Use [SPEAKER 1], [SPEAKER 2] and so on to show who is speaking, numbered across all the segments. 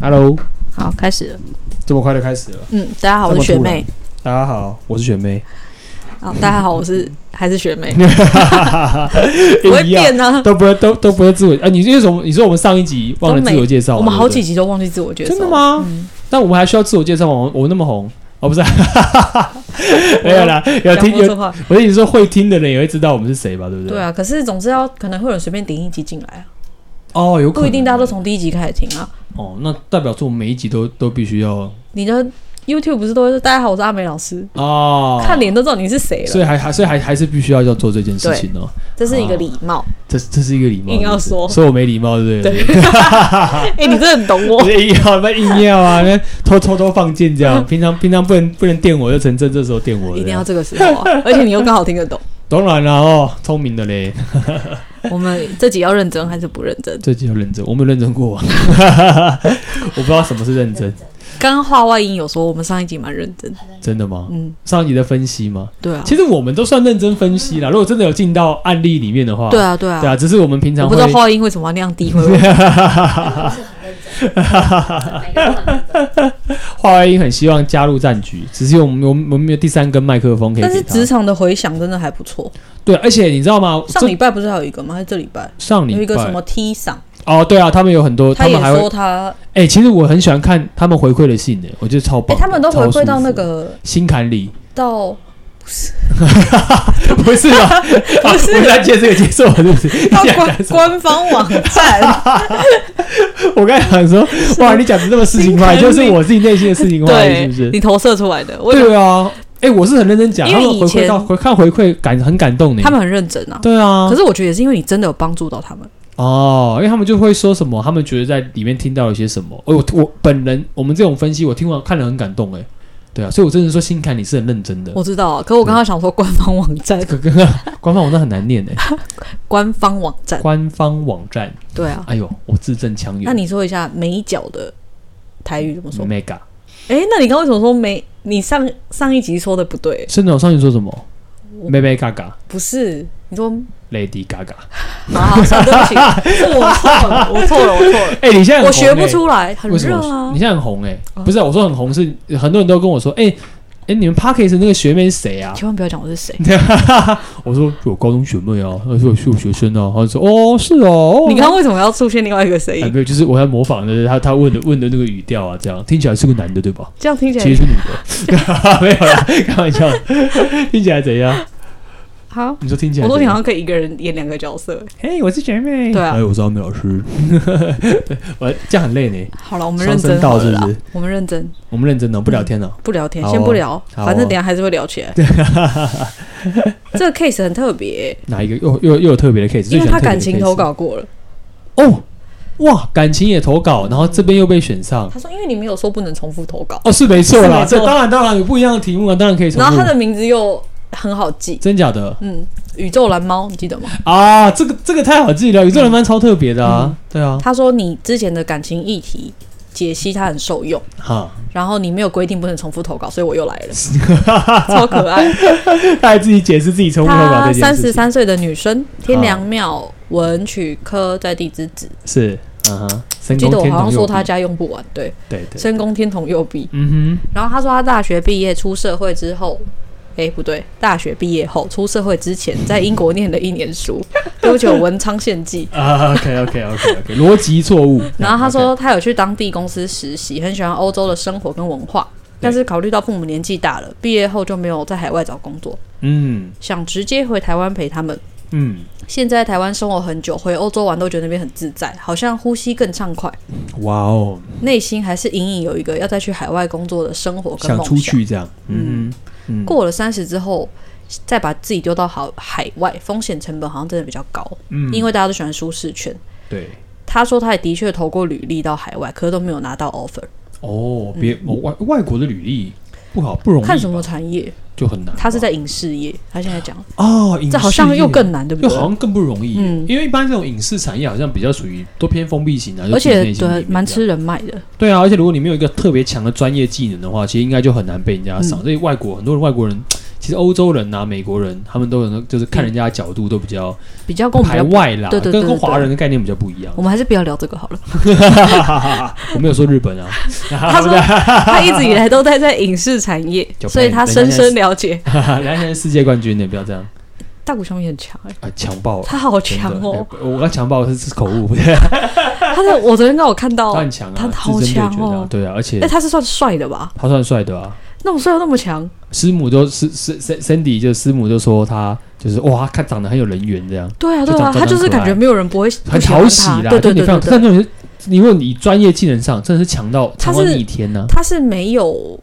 [SPEAKER 1] Hello，
[SPEAKER 2] 好，开始了。
[SPEAKER 1] 这么快就开始了？
[SPEAKER 2] 嗯，大家好，我
[SPEAKER 1] 这
[SPEAKER 2] 是
[SPEAKER 1] 么
[SPEAKER 2] 学
[SPEAKER 1] 突然
[SPEAKER 2] 妹。
[SPEAKER 1] 大家好，我是雪 妹。
[SPEAKER 2] 好，大家好，我
[SPEAKER 1] 嗯
[SPEAKER 2] 是还是学
[SPEAKER 1] 哎
[SPEAKER 2] 妹，
[SPEAKER 1] 不
[SPEAKER 2] 不会变啊。
[SPEAKER 1] 都不会都都不会自我啊！你为什么？你说我们上一集忘了自我介绍啊，
[SPEAKER 2] 我们好
[SPEAKER 1] 对
[SPEAKER 2] 几集都忘记自我介
[SPEAKER 1] 不
[SPEAKER 2] 绍。
[SPEAKER 1] 对真的？吗？
[SPEAKER 2] 嗯，
[SPEAKER 1] 但我们还需要自我介绍吗？我我那么红哦， 不是啊，没有啦，有
[SPEAKER 2] 讲
[SPEAKER 1] 听
[SPEAKER 2] 过
[SPEAKER 1] 有
[SPEAKER 2] 这，话。
[SPEAKER 1] 我跟你说会听的人也会知道我们是谁吧？对不对？
[SPEAKER 2] 对啊，可是总是要可能会有人随便点一集进来啊，
[SPEAKER 1] 哦，有可能
[SPEAKER 2] 不一定大家都从第一集开始听啊。
[SPEAKER 1] 哦，那代表说我们每一集都都必须要
[SPEAKER 2] 你的 YouTube 不是都会说大家好，我是阿美老师，
[SPEAKER 1] 哦，
[SPEAKER 2] 看，脸都知道你是谁
[SPEAKER 1] 所
[SPEAKER 2] 了。
[SPEAKER 1] 以还还所以还还是啊必须要要做这件事情哦。
[SPEAKER 2] 这是一个礼貌。
[SPEAKER 1] 这这是一个礼貌，
[SPEAKER 2] 硬
[SPEAKER 1] 对
[SPEAKER 2] 要
[SPEAKER 1] 不对
[SPEAKER 2] 说
[SPEAKER 1] 说我没礼貌，对不对？
[SPEAKER 2] 对， 哎，你真的很懂 我。
[SPEAKER 1] 硬要那硬要 啊，那偷偷偷放箭这样。平常平常不能不能电我，就陈正这时候电我
[SPEAKER 2] 一
[SPEAKER 1] 这
[SPEAKER 2] 定要
[SPEAKER 1] 样。
[SPEAKER 2] 这个时候啊，而且你又刚好听得懂。
[SPEAKER 1] 当然了哦，聪明的嘞，
[SPEAKER 2] 我们这集要认真还是不认真？
[SPEAKER 1] 这就要认真，我没有认真过啊， 我不知道什么是认真，
[SPEAKER 2] 刚刚话外音有说我们上一集蛮认真的，
[SPEAKER 1] 真的吗？
[SPEAKER 2] 嗯，
[SPEAKER 1] 上一集的分析吗？
[SPEAKER 2] 对啊，
[SPEAKER 1] 其实我们都算认真分析了，如果真的有进到案例里面的话，
[SPEAKER 2] 嗯对啊，对啊，
[SPEAKER 1] 对啊，只是我们平
[SPEAKER 2] 我
[SPEAKER 1] 常
[SPEAKER 2] 不
[SPEAKER 1] 会
[SPEAKER 2] 知道 话音为什么要那样低回我。
[SPEAKER 1] 话外音很希望加入战局，只是我们我们我们没有第三根麦克风可以
[SPEAKER 2] 但
[SPEAKER 1] 给
[SPEAKER 2] 是
[SPEAKER 1] 他
[SPEAKER 2] 职。场的回响真的还不错。
[SPEAKER 1] 对，而且你知道吗？
[SPEAKER 2] 上
[SPEAKER 1] 这
[SPEAKER 2] 礼拜不是还有一个吗？还是这礼拜
[SPEAKER 1] 上礼
[SPEAKER 2] 有
[SPEAKER 1] 拜
[SPEAKER 2] 一个什么 T 赏，
[SPEAKER 1] 哦，对啊，他们有很多，
[SPEAKER 2] 他也
[SPEAKER 1] 们还会
[SPEAKER 2] 说他，
[SPEAKER 1] 哎、其实我很喜欢看他们回馈的信的，我觉得超
[SPEAKER 2] 哎，
[SPEAKER 1] 棒的、
[SPEAKER 2] 他们都回
[SPEAKER 1] 超舒
[SPEAKER 2] 馈
[SPEAKER 1] 服
[SPEAKER 2] 到那个
[SPEAKER 1] 心坎 里，
[SPEAKER 2] 到
[SPEAKER 1] 不是 吧？不
[SPEAKER 2] 是
[SPEAKER 1] 我们在接这个接受，是不 是？
[SPEAKER 2] 到
[SPEAKER 1] 你想
[SPEAKER 2] 官
[SPEAKER 1] 讲什么
[SPEAKER 2] 官方网 站，
[SPEAKER 1] 我刚才想说，哇，你讲的这么事情化，
[SPEAKER 2] 心坎里
[SPEAKER 1] 就是我自己内心的事情化，是
[SPEAKER 2] 对
[SPEAKER 1] 不，是？
[SPEAKER 2] 你投射出来的，我
[SPEAKER 1] 对啊，哎、我是很认真讲，
[SPEAKER 2] 因
[SPEAKER 1] 他
[SPEAKER 2] 为
[SPEAKER 1] 们回
[SPEAKER 2] 以前
[SPEAKER 1] 馈到回看回馈感很感动呢。
[SPEAKER 2] 他们很认真啊。
[SPEAKER 1] 对啊
[SPEAKER 2] 可，是我觉得也是因为你真的有帮助到他们，
[SPEAKER 1] 哦，因为他们就会说什么，他们觉得在里面听到了些什么。哦，我我本人我们这种分析，我听完看了很感动哎。对啊，所以我真的说心坎里是很认真的。
[SPEAKER 2] 我知道啊。可我刚刚想说官方网站
[SPEAKER 1] 这，个跟官方网站很难念哎，
[SPEAKER 2] 官方网站，
[SPEAKER 1] 官方网站。
[SPEAKER 2] 对啊。
[SPEAKER 1] 哎呦，我字正腔圆。
[SPEAKER 2] 那你说一下美角的台语怎么说？
[SPEAKER 1] mega
[SPEAKER 2] 哎，那你刚刚为什么说美？你上上一集说的不对，
[SPEAKER 1] 是那种上去说什么
[SPEAKER 2] 我
[SPEAKER 1] 妹妹 Gaga、
[SPEAKER 2] 不是你说
[SPEAKER 1] Lady Gaga？
[SPEAKER 2] 好啊好，算了对不 起，是我错了，我错了，我错了，
[SPEAKER 1] 哎、你现在很红欸
[SPEAKER 2] 我学不，出来，很
[SPEAKER 1] 为什
[SPEAKER 2] 热
[SPEAKER 1] 么？
[SPEAKER 2] 啊
[SPEAKER 1] 你。现在很红哎、
[SPEAKER 2] 啊
[SPEAKER 1] 不是啊、我说很红是很多人都跟我说，哎、哎、你们 Parkes 那个学妹是谁啊？
[SPEAKER 2] 千万不要讲我是谁，
[SPEAKER 1] 我说我高中学妹啊，她说我是我学生啊，她说哦是哦，哦
[SPEAKER 2] 你刚刚为什么要出现另外一个声
[SPEAKER 1] 哎
[SPEAKER 2] 音？
[SPEAKER 1] 没有，就是我在模仿的他他问的问的那个语调啊，这样听起来是个男的对吧？
[SPEAKER 2] 这样听起
[SPEAKER 1] 其
[SPEAKER 2] 来
[SPEAKER 1] 实是女 的， 没有啦，开玩笑，听起来怎样？
[SPEAKER 2] 好。
[SPEAKER 1] 你说听起来
[SPEAKER 2] 我
[SPEAKER 1] 怎样？
[SPEAKER 2] 都想要可以一个人演两个角色。
[SPEAKER 1] 嘿，我是学妹。
[SPEAKER 2] 对啊
[SPEAKER 1] 哎，我是阿美老师。 我这样很累呢。
[SPEAKER 2] 好了，我们
[SPEAKER 1] 上
[SPEAKER 2] 认
[SPEAKER 1] 升
[SPEAKER 2] 真
[SPEAKER 1] 到
[SPEAKER 2] 好了
[SPEAKER 1] 是
[SPEAKER 2] 啦
[SPEAKER 1] 不是，
[SPEAKER 2] 我们认真，
[SPEAKER 1] 我们认真哦，不聊天 了。
[SPEAKER 2] 不聊天，
[SPEAKER 1] 好哦
[SPEAKER 2] 先不聊，
[SPEAKER 1] 好哦
[SPEAKER 2] 反正等一下还是会聊起来。这个 case 很特别，
[SPEAKER 1] 哪一个又又又有特别的 case？
[SPEAKER 2] 因为
[SPEAKER 1] 最喜欢
[SPEAKER 2] 他
[SPEAKER 1] 特别的
[SPEAKER 2] 感情
[SPEAKER 1] case
[SPEAKER 2] 投稿过了。
[SPEAKER 1] 哦，哇，感情也投稿，然后这边又被选上。
[SPEAKER 2] 他说，因为你没有说不能重复投稿，
[SPEAKER 1] 哦，是没错啦，
[SPEAKER 2] 是没错
[SPEAKER 1] 这当然当然有不一样的题目啊，当然可以重
[SPEAKER 2] 然后
[SPEAKER 1] 复
[SPEAKER 2] 他。的名字又很好记，
[SPEAKER 1] 真假的
[SPEAKER 2] 嗯，宇宙蓝猫，你记得吗？
[SPEAKER 1] 啊，这个这个太好记了，宇宙人蛮超特别的
[SPEAKER 2] 嗯
[SPEAKER 1] 啊，对啊，
[SPEAKER 2] 他说你之前的感情议题解析他很受用，
[SPEAKER 1] 哈，
[SPEAKER 2] 然后你没有规定不能重复投稿，所以我又 来了，超可爱。
[SPEAKER 1] 他还自己解释自己重复投稿
[SPEAKER 2] 她
[SPEAKER 1] 这件
[SPEAKER 2] 三
[SPEAKER 1] 事情，
[SPEAKER 2] 十三岁的女生，天良庙文曲科在地之子，
[SPEAKER 1] 是，嗯哼，
[SPEAKER 2] 我
[SPEAKER 1] 神
[SPEAKER 2] 记
[SPEAKER 1] 功
[SPEAKER 2] 得我
[SPEAKER 1] 天
[SPEAKER 2] 好像
[SPEAKER 1] 堂
[SPEAKER 2] 说
[SPEAKER 1] 右
[SPEAKER 2] 她
[SPEAKER 1] 臂，
[SPEAKER 2] 家用不完，对，
[SPEAKER 1] 对对，
[SPEAKER 2] 深宫天童右臂。
[SPEAKER 1] 嗯
[SPEAKER 2] 然后她说她大学毕业出社会之后。哎，不对，大学毕业后出社会之前，在英国念了一 年书，对不起，我文昌献祭。
[SPEAKER 1] 哼，啊，OK OK OK OK，逻辑错误。
[SPEAKER 2] 然后他
[SPEAKER 1] OK
[SPEAKER 2] 说他有去当地公司实习，很喜欢欧洲的生活跟文化，但是考虑到父母年纪大了，毕业后就没有在海外找工作，
[SPEAKER 1] 嗯
[SPEAKER 2] 想直接回台湾陪他们。
[SPEAKER 1] 嗯，
[SPEAKER 2] 现在台湾生活很久，回欧洲玩都觉得那边很自在，好像呼吸更畅快，
[SPEAKER 1] 哇哦，
[SPEAKER 2] 内心还是隐隐有一个要再去海外工作的生活跟
[SPEAKER 1] 想
[SPEAKER 2] 梦
[SPEAKER 1] 出。去这样，嗯嗯，
[SPEAKER 2] 过了三十之后，再把自己丢到好海外，风险成本好像真的比较高，
[SPEAKER 1] 嗯
[SPEAKER 2] 因为大家都喜欢舒适圈。
[SPEAKER 1] 对，
[SPEAKER 2] 他说他也的确投过履历到海外，可是都没有拿到 offer。
[SPEAKER 1] 哦，别我外外国的履历不好不容易，
[SPEAKER 2] 看什么产业？
[SPEAKER 1] 就很难吧。
[SPEAKER 2] 他是在影视业，他现在讲
[SPEAKER 1] 哦，影
[SPEAKER 2] 这好
[SPEAKER 1] 视
[SPEAKER 2] 像
[SPEAKER 1] 业
[SPEAKER 2] 又更难，对不
[SPEAKER 1] 又好
[SPEAKER 2] 对？
[SPEAKER 1] 像更不容易，
[SPEAKER 2] 嗯
[SPEAKER 1] 因为一般这种影视产业好像比较属于都偏封闭型的，就
[SPEAKER 2] 而
[SPEAKER 1] 自己
[SPEAKER 2] 且
[SPEAKER 1] 内心里
[SPEAKER 2] 对，
[SPEAKER 1] 面
[SPEAKER 2] 蛮
[SPEAKER 1] 这样
[SPEAKER 2] 吃人脉的。
[SPEAKER 1] 对啊，而
[SPEAKER 2] 嗯
[SPEAKER 1] 且如果你没有一个特别强的专业技能的话，其实应该就很难被人家赏。所以外国很多人外国人其实欧洲人呐、美国人，他们都有就是看人家的角度都比较
[SPEAKER 2] 比较跟我们比
[SPEAKER 1] 排
[SPEAKER 2] 较
[SPEAKER 1] 外啦，
[SPEAKER 2] 对对对哦
[SPEAKER 1] 跟跟
[SPEAKER 2] 对
[SPEAKER 1] 华
[SPEAKER 2] 对
[SPEAKER 1] 人的概念比较不一样。
[SPEAKER 2] 我们还是不要聊这个好了。
[SPEAKER 1] 我没有说日本啊，
[SPEAKER 2] 他说 他一直以来都待在影视产业
[SPEAKER 1] 就，
[SPEAKER 2] 所以他深深了解。
[SPEAKER 1] 人家现在世界冠军呢，不要这样
[SPEAKER 2] 大谷翔平很强哎、
[SPEAKER 1] 啊，强暴了。
[SPEAKER 2] 他好
[SPEAKER 1] 真的
[SPEAKER 2] 强哦！
[SPEAKER 1] 哎我刚强暴是是口误，不是
[SPEAKER 2] 他的我昨天刚好看到
[SPEAKER 1] 他，很强啊，
[SPEAKER 2] 他好
[SPEAKER 1] 自身对决的啊
[SPEAKER 2] 强哦
[SPEAKER 1] 对啊，而且
[SPEAKER 2] 哎、他是算帅的吧？
[SPEAKER 1] 他算帅的啊。
[SPEAKER 2] 那么帅又那么强，
[SPEAKER 1] 师母都师师 Cindy 就师母就说他就是哇，他长得很有人缘这样，
[SPEAKER 2] 对啊
[SPEAKER 1] 就
[SPEAKER 2] 对啊，
[SPEAKER 1] 长得
[SPEAKER 2] 他就是
[SPEAKER 1] 很可爱
[SPEAKER 2] 感觉没有人不会
[SPEAKER 1] 很
[SPEAKER 2] 不喜
[SPEAKER 1] 讨
[SPEAKER 2] 欢
[SPEAKER 1] 喜
[SPEAKER 2] 他。
[SPEAKER 1] 啦。
[SPEAKER 2] 对
[SPEAKER 1] 就
[SPEAKER 2] 对对
[SPEAKER 1] 你看
[SPEAKER 2] 对对，
[SPEAKER 1] 但那种你如果你专业技能上真的是强到
[SPEAKER 2] 他
[SPEAKER 1] 强
[SPEAKER 2] 是
[SPEAKER 1] 到逆天呢、
[SPEAKER 2] 他是没有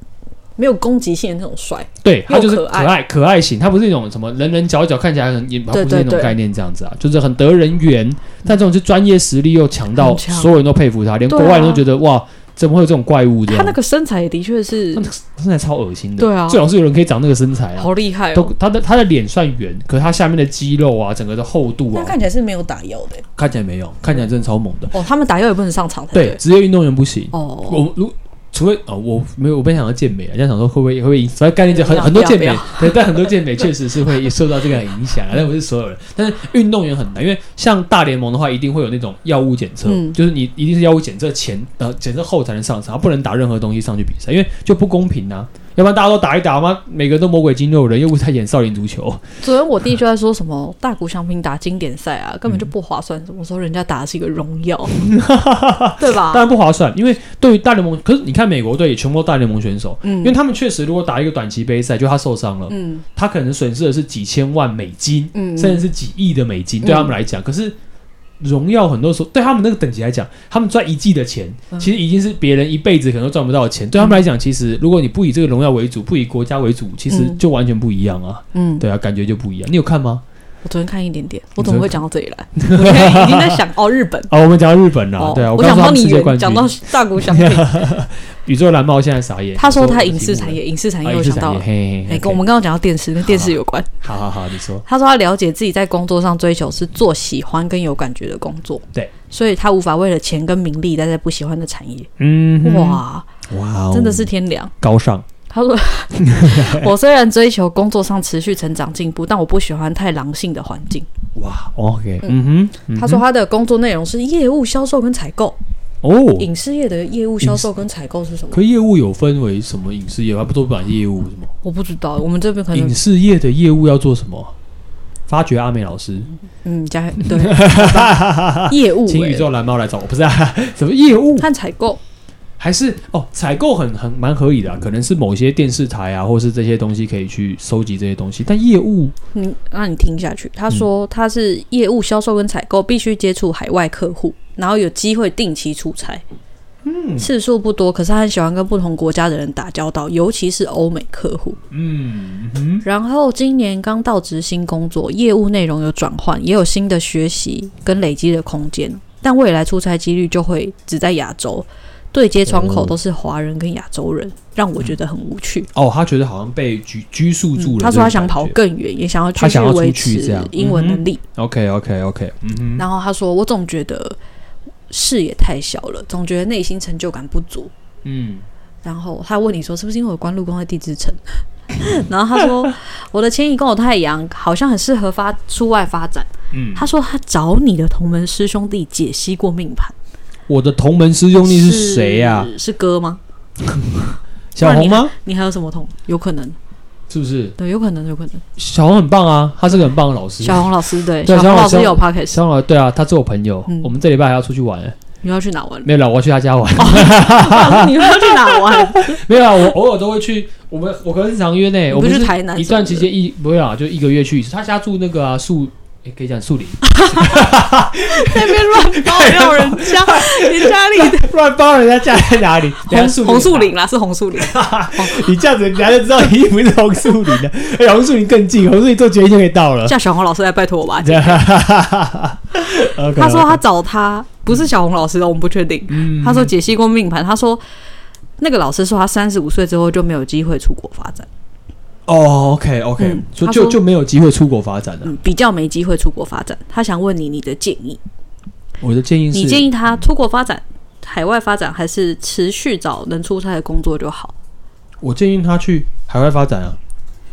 [SPEAKER 2] 没有攻击性的那种帅，
[SPEAKER 1] 对他就是
[SPEAKER 2] 又
[SPEAKER 1] 可
[SPEAKER 2] 可爱
[SPEAKER 1] 爱可爱型，他不是那种什么人人角角看起来很也不
[SPEAKER 2] 对
[SPEAKER 1] 是
[SPEAKER 2] 对
[SPEAKER 1] 那种
[SPEAKER 2] 对
[SPEAKER 1] 概念这样子啊，就是很得人缘，但这种是专业实力又强到
[SPEAKER 2] 很强
[SPEAKER 1] 所有人都佩服他，连国
[SPEAKER 2] 对啊
[SPEAKER 1] 外人都觉得、哇，怎么会有这种怪物这
[SPEAKER 2] 他
[SPEAKER 1] 样
[SPEAKER 2] 那？个身材的确是
[SPEAKER 1] 他那个身材超恶心的，
[SPEAKER 2] 对啊
[SPEAKER 1] 最好是有人可以长那个身材啊。
[SPEAKER 2] 好厉害
[SPEAKER 1] 都
[SPEAKER 2] 哦，
[SPEAKER 1] 他的他的脸算圆，可是他下面的肌肉啊，整个的厚度啊
[SPEAKER 2] 但，看起来是没有打药的欸
[SPEAKER 1] 看起来没有，看起来真的超猛的。
[SPEAKER 2] 哦，他们打药也不能上场才
[SPEAKER 1] 对，职业运动员不行。
[SPEAKER 2] 哦，
[SPEAKER 1] 我如除非哦，我没有，我本想要健美啊，这样想说会不会会不会影响？反正概念就很
[SPEAKER 2] 不要
[SPEAKER 1] 很多健
[SPEAKER 2] 不
[SPEAKER 1] 美
[SPEAKER 2] 要，
[SPEAKER 1] 对，但很多健美确实是会受到这个影响啊，但不是所有人。但是运动员很难，因为像大联盟的话，一定会有那种药物检测，
[SPEAKER 2] 嗯
[SPEAKER 1] 就是你一定是药物检测前呃检测后才能上场，不能打任何东西上去比赛，因为就不公平啊。要不然大家都打一打嘛，每个人都魔鬼筋肉人，又不是在演少林足球。
[SPEAKER 2] 昨天我弟就在说什么大谷翔平打经典赛啊，根本就不划算。什么说人家打的是一个荣 耀，对吧
[SPEAKER 1] 当？然不划算，因为对于大联盟，可是你看美国队也全部都大联盟选手，因为
[SPEAKER 2] 嗯
[SPEAKER 1] 他们确实如果打一个短期杯赛，就他受伤了，
[SPEAKER 2] 嗯
[SPEAKER 1] 他可能损失的是几千万美金，
[SPEAKER 2] 嗯，
[SPEAKER 1] 甚至是几亿的美金，对他们来讲，可是。荣耀很多时候对他们那个等级来讲，他们赚一季的钱，
[SPEAKER 2] 嗯
[SPEAKER 1] 其实已经是别人一辈子可能都赚不到的钱。对他们来讲，其实如果你不以这个荣耀为主，不以国家为主，其实
[SPEAKER 2] 嗯
[SPEAKER 1] 就完全不一样啊。
[SPEAKER 2] 嗯，
[SPEAKER 1] 对啊，感觉就不一样。你有看吗？
[SPEAKER 2] 我昨天看一点点，我怎么会讲到这里来？我现在已经在想哦，日本
[SPEAKER 1] 啊，我们讲到日本啦，
[SPEAKER 2] 哦
[SPEAKER 1] 对啊，，
[SPEAKER 2] 我
[SPEAKER 1] 刚
[SPEAKER 2] 想
[SPEAKER 1] 说他
[SPEAKER 2] 帮
[SPEAKER 1] 们
[SPEAKER 2] 你
[SPEAKER 1] 世界冠
[SPEAKER 2] 远，
[SPEAKER 1] 军
[SPEAKER 2] 讲，到大谷 翔平，
[SPEAKER 1] 宇宙蓝帽现在傻眼。
[SPEAKER 2] 他说他
[SPEAKER 1] 你
[SPEAKER 2] 影视
[SPEAKER 1] 题目
[SPEAKER 2] 产
[SPEAKER 1] 了
[SPEAKER 2] 业，影视产
[SPEAKER 1] 啊
[SPEAKER 2] 业
[SPEAKER 1] 影
[SPEAKER 2] 我
[SPEAKER 1] 视
[SPEAKER 2] 想
[SPEAKER 1] 产
[SPEAKER 2] 到
[SPEAKER 1] 业，
[SPEAKER 2] 了，
[SPEAKER 1] 嘿嘿
[SPEAKER 2] 哎，
[SPEAKER 1] 嘿，
[SPEAKER 2] 跟我们刚刚讲到电视跟电视有关。
[SPEAKER 1] 好好好，你说
[SPEAKER 2] 他说他了解自己在工作上追求是做喜欢跟有感觉的工作，
[SPEAKER 1] 对，
[SPEAKER 2] 所以他无法为了钱跟名利待在不喜欢的产业。
[SPEAKER 1] 嗯哼
[SPEAKER 2] 哇，
[SPEAKER 1] 哇哦
[SPEAKER 2] 真的是天良。
[SPEAKER 1] 高尚，
[SPEAKER 2] 他说：“ 我虽然追求工作上持续成长进步，但我不喜欢太狼性的环境。
[SPEAKER 1] 哇，OK，嗯哼，嗯嗯哼
[SPEAKER 2] 他说他的工作内容是业务销售跟采购，
[SPEAKER 1] 哦，
[SPEAKER 2] 影视业的业务销售跟采购是什么？
[SPEAKER 1] 可业务有分为什么影视业，还不都管业务什么？
[SPEAKER 2] 我不知道，我们这边可能
[SPEAKER 1] 影视业的业务要做什么？发掘阿美老师，
[SPEAKER 2] 嗯加对 啊好吧业务、
[SPEAKER 1] 请宇
[SPEAKER 2] 欸、
[SPEAKER 1] 宙蓝猫来找我，不是啊？ 什么业务？
[SPEAKER 2] 和采购，
[SPEAKER 1] 还是哦，采购很很蛮合理的、啊，可能是某些电视台啊，或是这些东西可以去收集这些东西。但业务
[SPEAKER 2] 你那你听下去。
[SPEAKER 1] 嗯
[SPEAKER 2] 他说他是业务销售跟采购，必须接触海外客户，然后有机会定期出差。”
[SPEAKER 1] 嗯
[SPEAKER 2] 次数不多，可是他很喜欢跟不同国家的人打交道，尤其是欧美客户。
[SPEAKER 1] 嗯嗯
[SPEAKER 2] 然后今年刚到职新工作，业务内容有转换，也有新的学习跟累积的空间，但未来出差几率就会只在亚洲，对接窗口
[SPEAKER 1] 哦
[SPEAKER 2] 都是华人跟亚洲人，让我觉得很无趣。嗯
[SPEAKER 1] 哦，他觉得好像被拘拘束嗯住了、
[SPEAKER 2] 他说他想跑更远，也想要继
[SPEAKER 1] 他
[SPEAKER 2] 续
[SPEAKER 1] 想要出
[SPEAKER 2] 维
[SPEAKER 1] 去这
[SPEAKER 2] 持
[SPEAKER 1] 样嗯
[SPEAKER 2] 英文能力。
[SPEAKER 1] OK OK OK，嗯哼，
[SPEAKER 2] 然后他说，我总觉得视野太小了，总觉得内心成就感不足。
[SPEAKER 1] 嗯。
[SPEAKER 2] 然后他问你说是不是因为我关陆宫在地质层？ 然后他说 我的迁移跟我太阳好像很适合发出外发展。
[SPEAKER 1] 嗯
[SPEAKER 2] 他说他找你的同门师兄弟解析过命盘，
[SPEAKER 1] 我的同门师兄弟是谁啊呀、
[SPEAKER 2] 是？是哥吗？
[SPEAKER 1] 小红吗？
[SPEAKER 2] 你还有什么同？有可能，
[SPEAKER 1] 是不是？
[SPEAKER 2] 对，有可能，有可能。
[SPEAKER 1] 小红很棒啊，他是个很棒的老师。
[SPEAKER 2] 小红老师，对，
[SPEAKER 1] 嗯对
[SPEAKER 2] 小红老
[SPEAKER 1] 小
[SPEAKER 2] 师
[SPEAKER 1] 红
[SPEAKER 2] 有 podcast，
[SPEAKER 1] 小红对啊，他是我朋友。
[SPEAKER 2] 嗯
[SPEAKER 1] 我们这礼拜还要出去玩，
[SPEAKER 2] 你要去哪玩？
[SPEAKER 1] 没有啦，我要去他家玩。
[SPEAKER 2] 你要去哪玩？
[SPEAKER 1] 没有啦，啊 我偶尔都会去。我们我跟日常约呢，我
[SPEAKER 2] 不
[SPEAKER 1] 们
[SPEAKER 2] 是
[SPEAKER 1] 是
[SPEAKER 2] 台南
[SPEAKER 1] 一
[SPEAKER 2] 什
[SPEAKER 1] 段
[SPEAKER 2] 么
[SPEAKER 1] 期
[SPEAKER 2] 的
[SPEAKER 1] 间一不会啦，就一个月去一次。他家住那个啊树，诶可以讲树林，
[SPEAKER 2] 那边乱包要人家，人家里的
[SPEAKER 1] 乱包人家家在哪 里？人家
[SPEAKER 2] 红红树，林啦，是 红树林。
[SPEAKER 1] 你这样子人家就知道你不是红树林了。 哎，红树林更近，红树林坐捷运就可以到 了。
[SPEAKER 2] 叫小红老师来拜托我 吧。
[SPEAKER 1] 他
[SPEAKER 2] 他说他找他不是小红老师哦，我们不确定。
[SPEAKER 1] 嗯
[SPEAKER 2] 他说解析过命盘，他说那个老师说他三十五岁之后就没有机会出国发展，
[SPEAKER 1] 哦，OK OK，
[SPEAKER 2] 嗯
[SPEAKER 1] 就
[SPEAKER 2] 他
[SPEAKER 1] 就
[SPEAKER 2] 说
[SPEAKER 1] 就没有机会出国发展了。
[SPEAKER 2] 嗯，比较没机会出国发展。他想问你你的建议，
[SPEAKER 1] 我的建议
[SPEAKER 2] 你
[SPEAKER 1] 是，
[SPEAKER 2] 建议他出国发展、海外发展，还是持续找能出差的工作就好？
[SPEAKER 1] 我建议他去海外发展啊。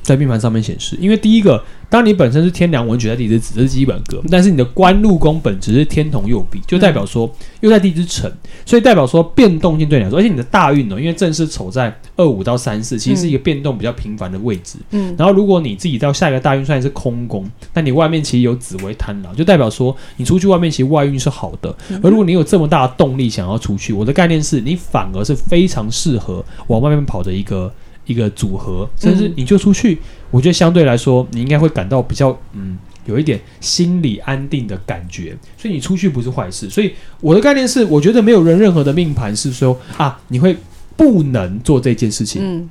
[SPEAKER 1] 在命盘上面显示，因为第一个，当你本身是天梁文曲在地支子，这是基本格，但是你的官禄宫本质是天同右弼，就代表说、又在地支辰，所以代表说变动性对你来说，而且你的大运哦呢，因为正是丑在二五到三四，其实是一个变动比较频繁的位置。
[SPEAKER 2] 嗯
[SPEAKER 1] 然后，如果你自己到下一个大运算是空宫，那你外面其实有紫薇贪狼，就代表说你出去外面其实外运是好的。
[SPEAKER 2] 嗯
[SPEAKER 1] 而如果你有这么大的动力想要出去，我的概念是你反而是非常适合往外面跑的一个一个组合，甚至
[SPEAKER 2] 嗯
[SPEAKER 1] 你就出去，我觉得相对来说你应该会感到比较嗯。有一点心理安定的感觉，所以你出去不是坏事。所以我的概念是，我觉得没有人任何的命盘是说啊，你会不能做这件事情，
[SPEAKER 2] 嗯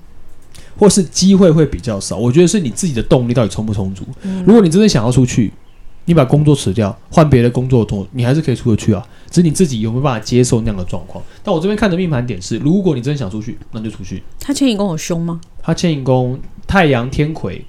[SPEAKER 1] 或是机会会比较少。我觉得是你自己的动力到底充不充足。
[SPEAKER 2] 嗯
[SPEAKER 1] 如果你真的想要出去，你把工作辞掉，换别的工作做，你还是可以出得去啊。只是你自己有没有办法接受那样的状况。但我这边看的命盘点是，如果你真的想出去，那就出去。
[SPEAKER 2] 他迁移宫有凶吗？
[SPEAKER 1] 他迁移宫太阳天魁，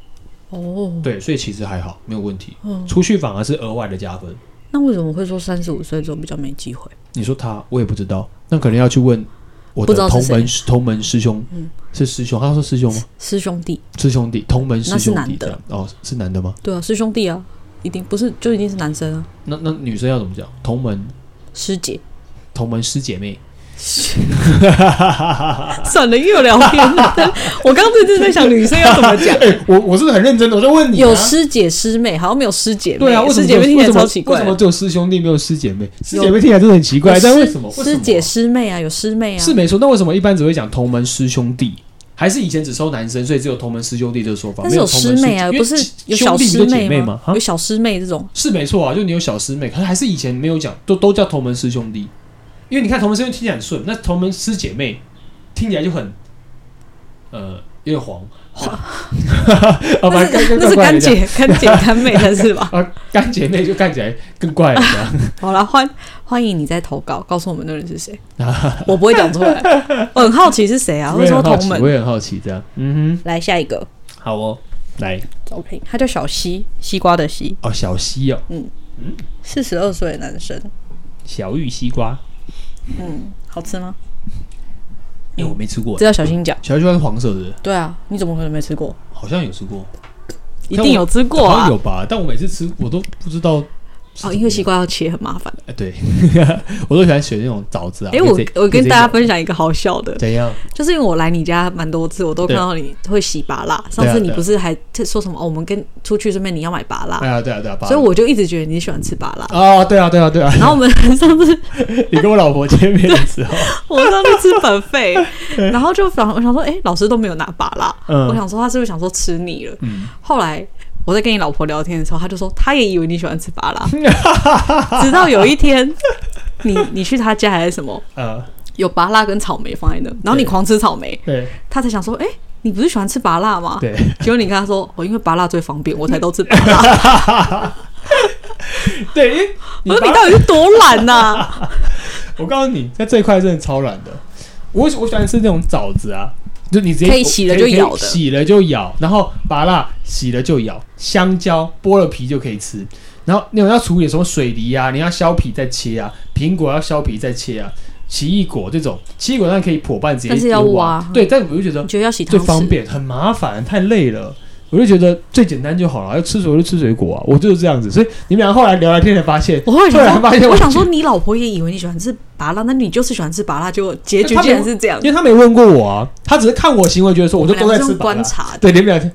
[SPEAKER 2] 哦，
[SPEAKER 1] 对，所以其实还好，没有问题。
[SPEAKER 2] 嗯，
[SPEAKER 1] 出去反而是额外的加分。
[SPEAKER 2] 那为什么会说三十五岁之后比较没机会？
[SPEAKER 1] 你说他，我也不知道，那可能要去问我
[SPEAKER 2] 不知
[SPEAKER 1] 的
[SPEAKER 2] 道是
[SPEAKER 1] 同
[SPEAKER 2] 谁
[SPEAKER 1] 门同门师兄，
[SPEAKER 2] 嗯
[SPEAKER 1] 是师兄，他说师兄吗？
[SPEAKER 2] 师兄弟，
[SPEAKER 1] 师兄弟，同门师
[SPEAKER 2] 那是
[SPEAKER 1] 兄
[SPEAKER 2] 男
[SPEAKER 1] 弟
[SPEAKER 2] 的
[SPEAKER 1] 这样哦，是男的吗？
[SPEAKER 2] 对啊，师兄弟啊，一定不是就一定是男生啊，
[SPEAKER 1] 那那女生要怎么讲？同门
[SPEAKER 2] 师姐。
[SPEAKER 1] 同门师姐妹，
[SPEAKER 2] 算了，又聊 天了。我刚刚真的在想女生要怎么讲，
[SPEAKER 1] 哎我我是很认真的，我在问你、啊。
[SPEAKER 2] 有师姐师妹，好像没有师姐妹。
[SPEAKER 1] 对啊，为什
[SPEAKER 2] 师
[SPEAKER 1] 么
[SPEAKER 2] 姐妹听起
[SPEAKER 1] 为
[SPEAKER 2] 来
[SPEAKER 1] 什么
[SPEAKER 2] 超奇怪
[SPEAKER 1] 为
[SPEAKER 2] 的。
[SPEAKER 1] 什么只有师兄弟没有师姐妹？师
[SPEAKER 2] 有
[SPEAKER 1] 姐妹听起来真的很奇怪，
[SPEAKER 2] 有
[SPEAKER 1] 但
[SPEAKER 2] 师
[SPEAKER 1] 为什么？为什
[SPEAKER 2] 师
[SPEAKER 1] 么
[SPEAKER 2] 姐师妹啊，有师妹啊，
[SPEAKER 1] 是没错，那为什么一般只会讲同门师兄弟？还是以前只收男生，所以只有同门师兄弟这个说法？
[SPEAKER 2] 但是
[SPEAKER 1] 没有同
[SPEAKER 2] 师
[SPEAKER 1] 门
[SPEAKER 2] 妹啊，
[SPEAKER 1] 姐
[SPEAKER 2] 不是
[SPEAKER 1] 因
[SPEAKER 2] 有
[SPEAKER 1] 为
[SPEAKER 2] 小
[SPEAKER 1] 兄弟
[SPEAKER 2] 师
[SPEAKER 1] 不是姐妹
[SPEAKER 2] 妹
[SPEAKER 1] 吗？啊
[SPEAKER 2] 有小师妹这种，
[SPEAKER 1] 是没错啊，就你有小师妹，可是还是以前没有讲，都都叫同门师兄弟。因为你看同门师兄弟听起来很顺，那同门师姐妹听起来就很，呃，有点 黄。啊，
[SPEAKER 2] 那
[SPEAKER 1] 反正
[SPEAKER 2] 是
[SPEAKER 1] 跟
[SPEAKER 2] 那
[SPEAKER 1] 跟
[SPEAKER 2] 是
[SPEAKER 1] 怪
[SPEAKER 2] 干
[SPEAKER 1] 人家？
[SPEAKER 2] 姐、干姐、干妹的是吧
[SPEAKER 1] 啊，干姐妹就看起来更怪了这样。
[SPEAKER 2] 好啦，欢欢迎你再投稿，告诉我们那人是 谁，我不会讲出来，我很好奇是谁啊，
[SPEAKER 1] 我
[SPEAKER 2] 或者
[SPEAKER 1] 也
[SPEAKER 2] 说
[SPEAKER 1] 很好
[SPEAKER 2] 同
[SPEAKER 1] 奇，
[SPEAKER 2] 门
[SPEAKER 1] 我。也很好奇这样。嗯
[SPEAKER 2] 来下一个
[SPEAKER 1] 哼，好哦，来
[SPEAKER 2] ，OK，他叫小西，西瓜的西，
[SPEAKER 1] 哦，小西哦，
[SPEAKER 2] 四十二岁的男生，
[SPEAKER 1] 小玉西瓜，
[SPEAKER 2] 嗯，好吃吗？
[SPEAKER 1] 哎、我没吃过。
[SPEAKER 2] 这要小心讲。
[SPEAKER 1] 小玉西瓜是黄色的，
[SPEAKER 2] 对啊，你怎么可能没吃过？
[SPEAKER 1] 好像有吃过，
[SPEAKER 2] 一定有吃过
[SPEAKER 1] 好像
[SPEAKER 2] 啊！
[SPEAKER 1] 有吧？但我每次吃我都不知道是怎么
[SPEAKER 2] 哦，
[SPEAKER 1] 样
[SPEAKER 2] 因为西瓜要切很麻烦。
[SPEAKER 1] 哎，对， 我都喜欢选那种枣子啊。
[SPEAKER 2] 哎，
[SPEAKER 1] 可以
[SPEAKER 2] 我
[SPEAKER 1] 直接
[SPEAKER 2] 我
[SPEAKER 1] 可以直
[SPEAKER 2] 跟
[SPEAKER 1] 接
[SPEAKER 2] 大家
[SPEAKER 1] 咬
[SPEAKER 2] 分享一个好笑的，
[SPEAKER 1] 怎样？
[SPEAKER 2] 就是因为我来你家蛮多次，我都看到你会洗拔蜡。上
[SPEAKER 1] 对啊
[SPEAKER 2] 次你不是还特说什么、哦？我们跟出去顺便你要买拔蜡，
[SPEAKER 1] 对啊，对啊，对啊，
[SPEAKER 2] 所以我就一直觉得你喜欢吃拔蜡。
[SPEAKER 1] 啊，对啊，对啊，对 啊。
[SPEAKER 2] 然后我们上次
[SPEAKER 1] 你跟我老婆见面的时候，
[SPEAKER 2] 我上次吃本费，然后就想我想说，哎、老师都没有拿拔蜡，
[SPEAKER 1] 嗯
[SPEAKER 2] 我想说他是不是想说吃腻了？
[SPEAKER 1] 嗯
[SPEAKER 2] 后来我在跟你老婆聊天的时候，她就说她也以为你喜欢吃拔蜡， 直到有一天你你去她家还是什么，
[SPEAKER 1] 呃，
[SPEAKER 2] 有拔蜡跟草莓放在那，然后你
[SPEAKER 1] 对
[SPEAKER 2] 狂吃草莓，
[SPEAKER 1] 对
[SPEAKER 2] 她才想说，哎、你不是喜欢吃拔蜡吗？
[SPEAKER 1] 对，
[SPEAKER 2] 结果你跟她说，哦我、因为拔蜡最方便，我才都吃拔蜡。
[SPEAKER 1] 对，因为
[SPEAKER 2] 我说
[SPEAKER 1] 把
[SPEAKER 2] 你到底是多懒啊呐、
[SPEAKER 1] 我告诉你，在这一块真的超懒的。我我喜欢吃那种枣子啊，就你直接
[SPEAKER 2] 可以洗了就
[SPEAKER 1] 可以可以
[SPEAKER 2] 咬的
[SPEAKER 1] 洗了就咬，然后拔辣洗了就咬，香蕉剥了皮就可以吃。然后那种要处理什么水梨啊，你要削皮再切啊，苹果要削皮再切啊，奇异果这种奇异果当然可以剖半直接
[SPEAKER 2] 但是要
[SPEAKER 1] 丢啊
[SPEAKER 2] 挖
[SPEAKER 1] 对，但我就觉得
[SPEAKER 2] 你觉得要洗汤
[SPEAKER 1] 最
[SPEAKER 2] 匙
[SPEAKER 1] 方便，很麻烦，太累了。我就觉得最简单就好了，要吃水果就吃水果啊，我就是这样子。所以你们俩后来聊聊天才发现，
[SPEAKER 2] 我后来想
[SPEAKER 1] 突然发现
[SPEAKER 2] 说，
[SPEAKER 1] 我
[SPEAKER 2] 我想说你老婆也以为你喜欢吃拔蜡，那你就是喜欢吃拔蜡，结果结局竟然是这样
[SPEAKER 1] 因。为他没问过我啊，他只是看我行为，觉得说我就都在
[SPEAKER 2] 我们俩
[SPEAKER 1] 吃
[SPEAKER 2] 是用
[SPEAKER 1] 拔
[SPEAKER 2] 观
[SPEAKER 1] 蜡。
[SPEAKER 2] 察的，
[SPEAKER 1] 对，你们俩，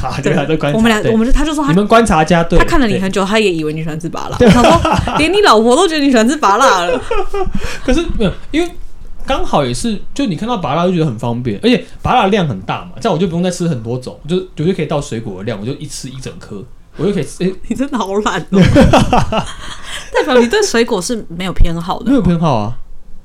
[SPEAKER 1] 好，你们俩在观察。
[SPEAKER 2] 我们 俩
[SPEAKER 1] 对
[SPEAKER 2] 我们就他就说他
[SPEAKER 1] 你们观察家对。
[SPEAKER 2] 他看了你
[SPEAKER 1] 对
[SPEAKER 2] 很久，他也以为你喜欢吃拔蜡。我想说，连你老婆都觉得你喜欢吃拔蜡了。
[SPEAKER 1] 可是没有，因为刚好也是，就你看到拔蜡就觉得很方便，而且拔蜡量很大嘛，这样我就不用再吃很多种，就我就可以到水果的量，我就一吃一整颗，我就可以吃。诶
[SPEAKER 2] 你真的好懒哦， 代表你对水果是没有偏好
[SPEAKER 1] 没
[SPEAKER 2] 的
[SPEAKER 1] 有偏好啊，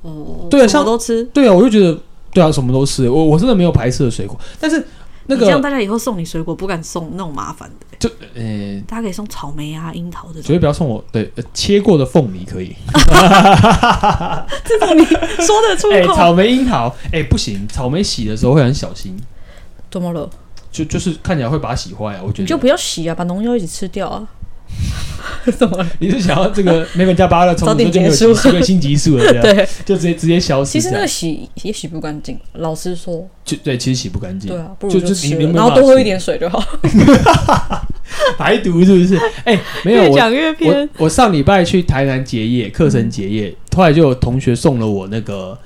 [SPEAKER 2] 哦。
[SPEAKER 1] 对啊
[SPEAKER 2] 什
[SPEAKER 1] 像
[SPEAKER 2] 么都吃。
[SPEAKER 1] 对啊，我就觉得对啊，什么都吃，我我真的没有排斥的水果，但是那
[SPEAKER 2] 你这样
[SPEAKER 1] 个
[SPEAKER 2] 大家以后送你水果不敢送那种麻烦的，
[SPEAKER 1] 就呃。
[SPEAKER 2] 大家可以送草莓啊、樱桃这
[SPEAKER 1] 绝
[SPEAKER 2] 种。
[SPEAKER 1] 对不要送我对、呃切过的凤梨可以，
[SPEAKER 2] 这种你 说得出
[SPEAKER 1] 哎、
[SPEAKER 2] 口？
[SPEAKER 1] 草莓樱桃，哎、不行，草莓洗的时候会很小心，
[SPEAKER 2] 怎么了？
[SPEAKER 1] 就就是看起来会把它洗坏啊，我觉
[SPEAKER 2] 你
[SPEAKER 1] 得
[SPEAKER 2] 就不要洗啊，把农药一起吃掉啊。 怎么了？
[SPEAKER 1] 你是想要这 个梅本加巴勒从
[SPEAKER 2] 早
[SPEAKER 1] 此
[SPEAKER 2] 点
[SPEAKER 1] 就没有
[SPEAKER 2] 结束
[SPEAKER 1] 新个新级数了，啊这样
[SPEAKER 2] 对，
[SPEAKER 1] 就直接直接消失
[SPEAKER 2] 其实
[SPEAKER 1] 这
[SPEAKER 2] 那
[SPEAKER 1] 样
[SPEAKER 2] 个。洗也洗不干净，老实说，
[SPEAKER 1] 就对，其实洗不干净
[SPEAKER 2] 对，啊，不
[SPEAKER 1] 就
[SPEAKER 2] 如
[SPEAKER 1] 就你
[SPEAKER 2] 吃
[SPEAKER 1] 你
[SPEAKER 2] 了，
[SPEAKER 1] 没
[SPEAKER 2] 然后
[SPEAKER 1] 办法
[SPEAKER 2] 多喝
[SPEAKER 1] 吃
[SPEAKER 2] 一点水就好。
[SPEAKER 1] 排毒是不是？哎，没有
[SPEAKER 2] 越
[SPEAKER 1] 我
[SPEAKER 2] 讲越
[SPEAKER 1] 我
[SPEAKER 2] 偏，
[SPEAKER 1] 我上礼拜去台南结业，课程结业，后来就有同学送了我那个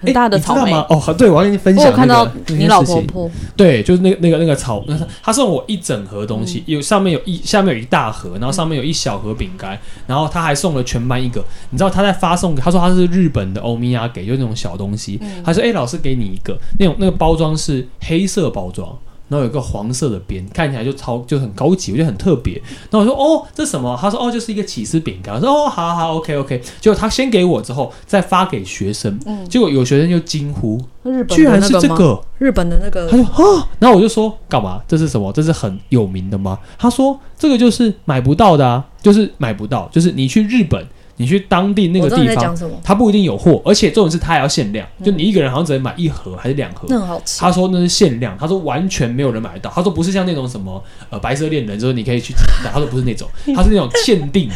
[SPEAKER 2] 很大的
[SPEAKER 1] 哎诶你知
[SPEAKER 2] 草
[SPEAKER 1] 道
[SPEAKER 2] 莓。
[SPEAKER 1] 吗？哦，好对，我要跟你分
[SPEAKER 2] 我
[SPEAKER 1] 享、那
[SPEAKER 2] 有
[SPEAKER 1] 个
[SPEAKER 2] 看到
[SPEAKER 1] 那
[SPEAKER 2] 你
[SPEAKER 1] 件
[SPEAKER 2] 老
[SPEAKER 1] 事
[SPEAKER 2] 婆
[SPEAKER 1] 情
[SPEAKER 2] 婆，
[SPEAKER 1] 对，就是那个那个那个
[SPEAKER 2] 嗯
[SPEAKER 1] 草，那他送我一整盒东西，有上面有一下面有一大盒，
[SPEAKER 2] 嗯
[SPEAKER 1] 然后上面有一小盒饼干，然后他还送了全班一个。你知道他在发送给，他说他是日本的欧米亚给，就是那种小东西。
[SPEAKER 2] 嗯
[SPEAKER 1] 他说：“哎、老师给你一个，那种那个包装是黑色包装。”然后有一个黄色的边，看起来就超就很高级，我觉得很特别。然后我说哦，这什么？他说哦，就是一个起司饼干。我说哦，好好好，OK OK。结果他先给我之后，再发给学生，
[SPEAKER 2] 嗯，
[SPEAKER 1] 结果有学生就惊呼，
[SPEAKER 2] 日本
[SPEAKER 1] 居
[SPEAKER 2] 的
[SPEAKER 1] 然
[SPEAKER 2] 那
[SPEAKER 1] 是这
[SPEAKER 2] 吗？
[SPEAKER 1] 个。
[SPEAKER 2] 日本的那
[SPEAKER 1] 他
[SPEAKER 2] 个
[SPEAKER 1] 就啊，然后我就说干嘛？这是什么？这是很有名的吗？他说这个就是买不到的啊，就是买不到，就是你去日本，你去当地那
[SPEAKER 2] 我
[SPEAKER 1] 个
[SPEAKER 2] 知道你
[SPEAKER 1] 地
[SPEAKER 2] 在
[SPEAKER 1] 方
[SPEAKER 2] 讲，什么，
[SPEAKER 1] 它不一定有货，而且重点是它还要限量，
[SPEAKER 2] 嗯
[SPEAKER 1] 就你一个人好像只能买一盒还是两盒。
[SPEAKER 2] 那很好吃。
[SPEAKER 1] 他说那是限量，他说完全没有人买得到。他说不是像那种什么呃白色恋人，就是你可以去他说不是那种，他是那种限定的，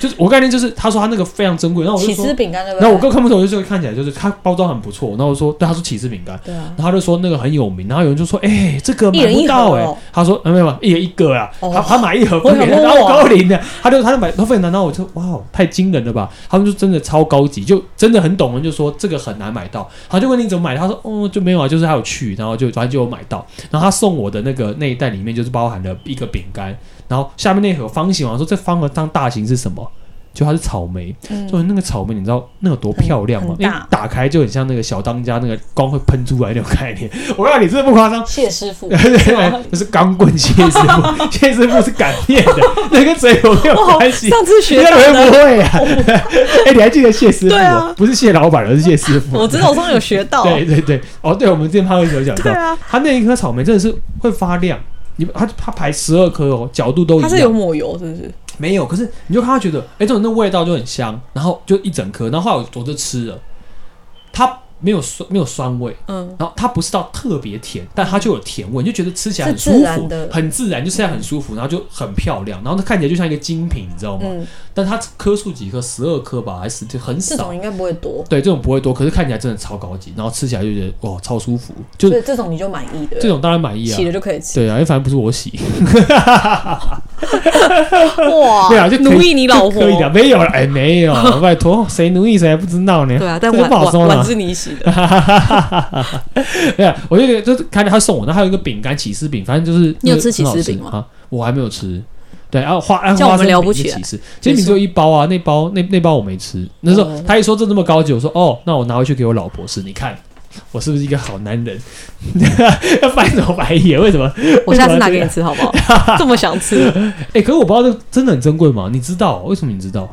[SPEAKER 1] 就是我概念就是他说他那个非常珍贵，然后我
[SPEAKER 2] 起
[SPEAKER 1] 就说
[SPEAKER 2] 司，饼干对不
[SPEAKER 1] 然后
[SPEAKER 2] 对？
[SPEAKER 1] 我更看不懂，就是看起来就是它包装很不错，然后我说对，他说起司饼干，
[SPEAKER 2] 对啊，
[SPEAKER 1] 然后他就说那个很有名，然后有人就说：“哎、这个
[SPEAKER 2] 一
[SPEAKER 1] 买
[SPEAKER 2] 人
[SPEAKER 1] 不
[SPEAKER 2] 一盒
[SPEAKER 1] 到哎、
[SPEAKER 2] 哦
[SPEAKER 1] 他说：“啊没有，没有一人一个啊。
[SPEAKER 2] 哦
[SPEAKER 1] 他他买一 盒分给他，
[SPEAKER 2] 我想
[SPEAKER 1] 然
[SPEAKER 2] 说
[SPEAKER 1] 后
[SPEAKER 2] 哇
[SPEAKER 1] 高龄的，他就他就买他分给他，然后我就哇，太惊人了吧！他们就真的超高级，就真的很懂人，就说这个很难买到。他就问你怎么买，他说：“哦，就没有啊，就是他有去，然后就反正就有买到。然后他送我的那个那一袋里面就是包含了一个饼干，然后下面那盒方形，我说这方盒当大型是什么？就它是草莓，
[SPEAKER 2] 嗯，
[SPEAKER 1] 就是那个草莓，你知道那有多
[SPEAKER 2] 很
[SPEAKER 1] 漂亮吗？
[SPEAKER 2] 很
[SPEAKER 1] 因为
[SPEAKER 2] 大，
[SPEAKER 1] 打开就很像那个小当家那个光会喷出来那种概念。我让你真的不夸张
[SPEAKER 2] 谢师傅，
[SPEAKER 1] 这是钢棍谢师 傅，谢师傅是擀面的，那跟嘴有没有
[SPEAKER 2] 哇，
[SPEAKER 1] 关系？
[SPEAKER 2] 上次
[SPEAKER 1] 你
[SPEAKER 2] 学
[SPEAKER 1] 该
[SPEAKER 2] 到
[SPEAKER 1] 不会不
[SPEAKER 2] 的，
[SPEAKER 1] 会啊？ 哎，你还记得谢师傅
[SPEAKER 2] 对
[SPEAKER 1] 哦
[SPEAKER 2] 啊？
[SPEAKER 1] 不是谢老板，而是谢师傅
[SPEAKER 2] 我。知道我上有学到。
[SPEAKER 1] 对对对，哦，对，我们之前潘会有讲到，
[SPEAKER 2] 对啊，
[SPEAKER 1] 他那一颗草莓真的是会发亮。你它它排十二颗哦，角度都一
[SPEAKER 2] 它
[SPEAKER 1] 样。
[SPEAKER 2] 是有抹油是不是？
[SPEAKER 1] 没有，可是你就看他觉得，哎、这种那味道就很香，然后就一整颗，然后后来我我就吃了，它没有酸没有酸味，
[SPEAKER 2] 嗯，
[SPEAKER 1] 然后它不是到特别甜，但它就有甜味，你就觉得吃起来很
[SPEAKER 2] 是自
[SPEAKER 1] 舒服
[SPEAKER 2] 然的，
[SPEAKER 1] 很自然，就吃起来很舒服，然后就很漂亮，然后它看起来就像一个精品，你知道吗？
[SPEAKER 2] 嗯，
[SPEAKER 1] 但它颗数几颗，十二颗吧，还是就很
[SPEAKER 2] 这
[SPEAKER 1] 少
[SPEAKER 2] 种。应该不会多，
[SPEAKER 1] 对，这种不会多，可是看起来真的超高级，然后吃起来就觉得哇，超舒服，就
[SPEAKER 2] 所
[SPEAKER 1] 是
[SPEAKER 2] 以这种你就满意
[SPEAKER 1] 嗯这
[SPEAKER 2] 的，
[SPEAKER 1] 种当然满意啊
[SPEAKER 2] 洗。了就可以吃。
[SPEAKER 1] 对啊，因为反正不是 我洗，
[SPEAKER 2] 哇，
[SPEAKER 1] 对啊，就可以
[SPEAKER 2] 奴役你老
[SPEAKER 1] 就可以的，
[SPEAKER 2] 婆。
[SPEAKER 1] 没有了，哎，没有，拜托，谁奴役谁还不知道呢？
[SPEAKER 2] 对啊，但
[SPEAKER 1] 这个
[SPEAKER 2] 碗
[SPEAKER 1] 不好
[SPEAKER 2] 碗
[SPEAKER 1] 说
[SPEAKER 2] 碗
[SPEAKER 1] 了。
[SPEAKER 2] 是你 洗的，
[SPEAKER 1] 对啊，我就觉得就是看他送我，那还有一个饼干起司饼，反正就是
[SPEAKER 2] 你
[SPEAKER 1] 那
[SPEAKER 2] 有
[SPEAKER 1] 个
[SPEAKER 2] 吃起
[SPEAKER 1] 很好
[SPEAKER 2] 司
[SPEAKER 1] 吃
[SPEAKER 2] 饼吗
[SPEAKER 1] 啊，我还没有吃。对，然后花 然
[SPEAKER 2] 这样
[SPEAKER 1] 后花
[SPEAKER 2] 我们
[SPEAKER 1] 生
[SPEAKER 2] 聊
[SPEAKER 1] 米
[SPEAKER 2] 不
[SPEAKER 1] 是
[SPEAKER 2] 起来
[SPEAKER 1] 起司，煎饼
[SPEAKER 2] 没事
[SPEAKER 1] 只有一包啊，那包那那包我没吃。那时候
[SPEAKER 2] 哦
[SPEAKER 1] 他一说这这么高级，我说哦，那我拿回去给我老婆吃，你看。我是不是一个好男人？ 要翻什么白眼？为什么？
[SPEAKER 2] 我下次拿给你吃 好不好？这么想吃，
[SPEAKER 1] 哎、可是我不知道这真的很珍贵吗？你知道为什么？你知道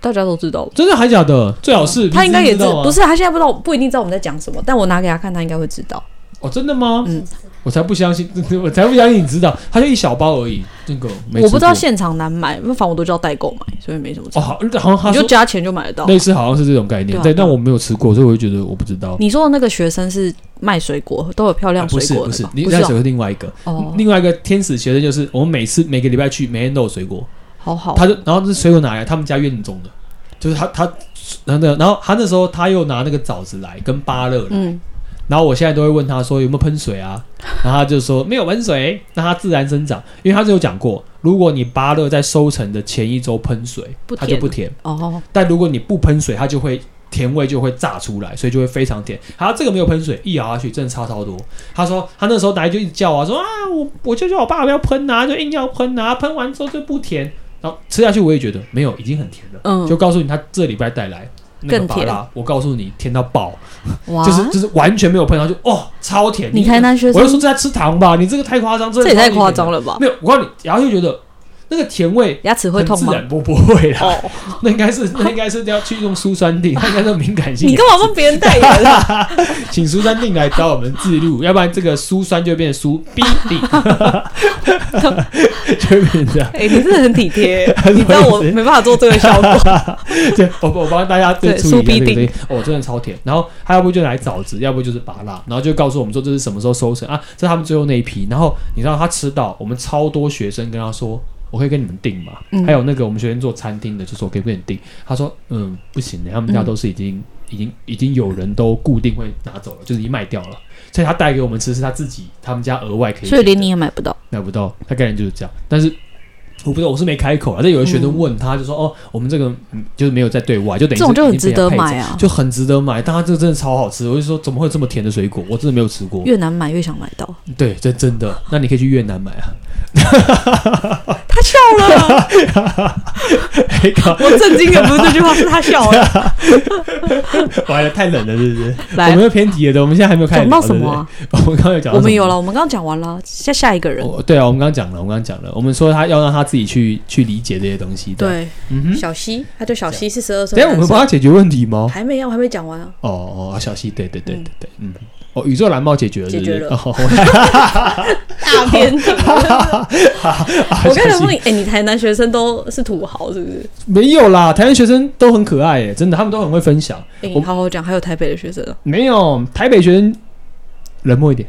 [SPEAKER 2] 大家都知道。
[SPEAKER 1] 真的还假的？最好是
[SPEAKER 2] 他应该也
[SPEAKER 1] 知
[SPEAKER 2] 知
[SPEAKER 1] 道吗啊
[SPEAKER 2] 不是他现在不知道，不一定知道我们在讲什么，但我拿给他看，他应该会知道。
[SPEAKER 1] 哦，真的吗？
[SPEAKER 2] 嗯，
[SPEAKER 1] 我才不相信，我才不相信你知道，它就一小包而已，那个没
[SPEAKER 2] 我不知道
[SPEAKER 1] 吃
[SPEAKER 2] 现场难买，因为反正我都叫代购买，所以没什么
[SPEAKER 1] 过
[SPEAKER 2] 差。
[SPEAKER 1] 哦，好，好像他
[SPEAKER 2] 你就
[SPEAKER 1] 说
[SPEAKER 2] 加钱就买得到。
[SPEAKER 1] 类似好像是这种概念，
[SPEAKER 2] 对啊
[SPEAKER 1] 对，
[SPEAKER 2] 对
[SPEAKER 1] 但
[SPEAKER 2] 啊
[SPEAKER 1] 我没有吃过，所以我就觉得我不知道。
[SPEAKER 2] 你说的那个学生是卖水果，都有漂亮
[SPEAKER 1] 啊不
[SPEAKER 2] 水
[SPEAKER 1] 是
[SPEAKER 2] 果
[SPEAKER 1] 不
[SPEAKER 2] 的
[SPEAKER 1] 是
[SPEAKER 2] 吧，
[SPEAKER 1] 你
[SPEAKER 2] 不
[SPEAKER 1] 那
[SPEAKER 2] 是
[SPEAKER 1] 水
[SPEAKER 2] 哦
[SPEAKER 1] 果是另外一个，
[SPEAKER 2] 哦，
[SPEAKER 1] 另外一个天使学生就是我们每次每个礼拜去，每天都有水果，
[SPEAKER 2] 好好，
[SPEAKER 1] 他就然后这水果拿来他们家院中的，就是他他然后那然后他那时候他又拿那个枣子来跟芭乐来，
[SPEAKER 2] 嗯，
[SPEAKER 1] 然后我现在都会问他说有没有喷水 啊，然后他就说没有喷水，那它自然生长，因为他是有讲过，如果你芭乐在收成的前一周喷水
[SPEAKER 2] 不，
[SPEAKER 1] 它
[SPEAKER 2] 甜
[SPEAKER 1] 就不甜，
[SPEAKER 2] 哦，
[SPEAKER 1] 但如果你不喷水，它就会甜味就会炸出来，所以就会非常甜。好，这个没有喷水，一咬下去真的差超多。他说他那时候来就一直叫啊，说啊我我就叫我爸不要喷啊，就硬要喷啊，喷完之后就不甜，然后吃下去我也觉得没有，已经很甜了，
[SPEAKER 2] 嗯
[SPEAKER 1] 就告诉你他这礼拜带来。那个
[SPEAKER 2] 更
[SPEAKER 1] 芭
[SPEAKER 2] 甜
[SPEAKER 1] 拉，我告诉你，甜到爆，
[SPEAKER 2] 哇，
[SPEAKER 1] 就是就是完全没有碰到，就哦，超甜。
[SPEAKER 2] 啊你台南学
[SPEAKER 1] 我就
[SPEAKER 2] 生
[SPEAKER 1] 说在吃糖吧，你这个太夸张，
[SPEAKER 2] 这也太夸张
[SPEAKER 1] 了。
[SPEAKER 2] 了吧？
[SPEAKER 1] 没有，我告诉你，然后就觉得那个甜味
[SPEAKER 2] 牙齿会
[SPEAKER 1] 很
[SPEAKER 2] 痛
[SPEAKER 1] 自
[SPEAKER 2] 吗？
[SPEAKER 1] 然，不不会啦。
[SPEAKER 2] 哦，
[SPEAKER 1] 那应该 是那应该是要去用苏酸定，它应该是敏感性。
[SPEAKER 2] 你干嘛帮别人 代言啊？
[SPEAKER 1] 请苏酸定来找我们自 录，要不然这个苏酸就会变成苏必定， 就会变成这样。
[SPEAKER 2] 哎，你真的很体贴， 你知道我没办法做这个效果。
[SPEAKER 1] 对，我我帮大家再
[SPEAKER 2] 对
[SPEAKER 1] 处理
[SPEAKER 2] 苏
[SPEAKER 1] 一下这
[SPEAKER 2] 必
[SPEAKER 1] 个
[SPEAKER 2] 定
[SPEAKER 1] 东西。哦，真的超甜。然后他要不就来枣子，要不就是拔蜡，然后就告诉我们说这是什么时候收成啊，这是他们最后那一批。然后你知道他吃到，我们超多学生跟他说。我可以跟你们订嘛。
[SPEAKER 2] 嗯
[SPEAKER 1] 还有那个我们学院做餐厅的，就说我可以跟你订。他说，嗯，不行的，他们家都是已经、已经已经有人都固定会拿走了，就是已经卖掉了。所以他带给我们吃是他自己他们家额外可以点的，
[SPEAKER 2] 所以连你也买不到。
[SPEAKER 1] 买不到，他概念就是这样。但是我不知道，我是没开口啊。但有的学生问他，就说：“哦，我们这个嗯就是没有在对外，就等于
[SPEAKER 2] 这种
[SPEAKER 1] 是
[SPEAKER 2] 就很
[SPEAKER 1] 已经
[SPEAKER 2] 值
[SPEAKER 1] 被他
[SPEAKER 2] 得
[SPEAKER 1] 配
[SPEAKER 2] 买
[SPEAKER 1] 着
[SPEAKER 2] 啊，
[SPEAKER 1] 就很值得买。但它这个真的超好吃，我就说怎么会有这么甜的水果？我真的没有吃过。
[SPEAKER 2] 越难买越想买到。
[SPEAKER 1] 对，这真的。那你可以去越南买 啊。
[SPEAKER 2] 他笑了，
[SPEAKER 1] 哎靠，
[SPEAKER 2] 我震惊的不是这句话，是他笑了。
[SPEAKER 1] 完了，太冷了，是不是？我
[SPEAKER 2] 来
[SPEAKER 1] 们，又偏题了，对我们现在还没有开始
[SPEAKER 2] 讲到
[SPEAKER 1] 聊
[SPEAKER 2] 什么啊？
[SPEAKER 1] 对不对我们刚刚有讲到
[SPEAKER 2] 我们
[SPEAKER 1] 什么
[SPEAKER 2] 有了，我们刚刚讲完了，下下一个人。
[SPEAKER 1] 哦。对啊，我们刚刚讲了，我们刚刚讲了，我们说他要让他自己去去理解这些东西。，
[SPEAKER 2] 对，
[SPEAKER 1] 嗯哼。
[SPEAKER 2] 小西，他叫小西，四十二岁
[SPEAKER 1] 等一下
[SPEAKER 2] 的
[SPEAKER 1] 我
[SPEAKER 2] 男
[SPEAKER 1] 们
[SPEAKER 2] 生。
[SPEAKER 1] 帮他解决问题吗？
[SPEAKER 2] 还没啊，我还没讲完啊，
[SPEAKER 1] 哦哦，小西，对对对对对，嗯，哦，宇宙蓝帽解决了，
[SPEAKER 2] 解决了
[SPEAKER 1] 对不对哦
[SPEAKER 2] 大片。 我
[SPEAKER 1] 啊
[SPEAKER 2] 刚 才
[SPEAKER 1] 小西
[SPEAKER 2] 问你，哎，你台南学生都是土豪是不是？
[SPEAKER 1] 没有啦，台湾学生都很可爱耶，真的，他们都很会分享。
[SPEAKER 2] 哎，你
[SPEAKER 1] 我
[SPEAKER 2] 好好讲，还有台北的学生啊，
[SPEAKER 1] 没有台北学生冷漠一点，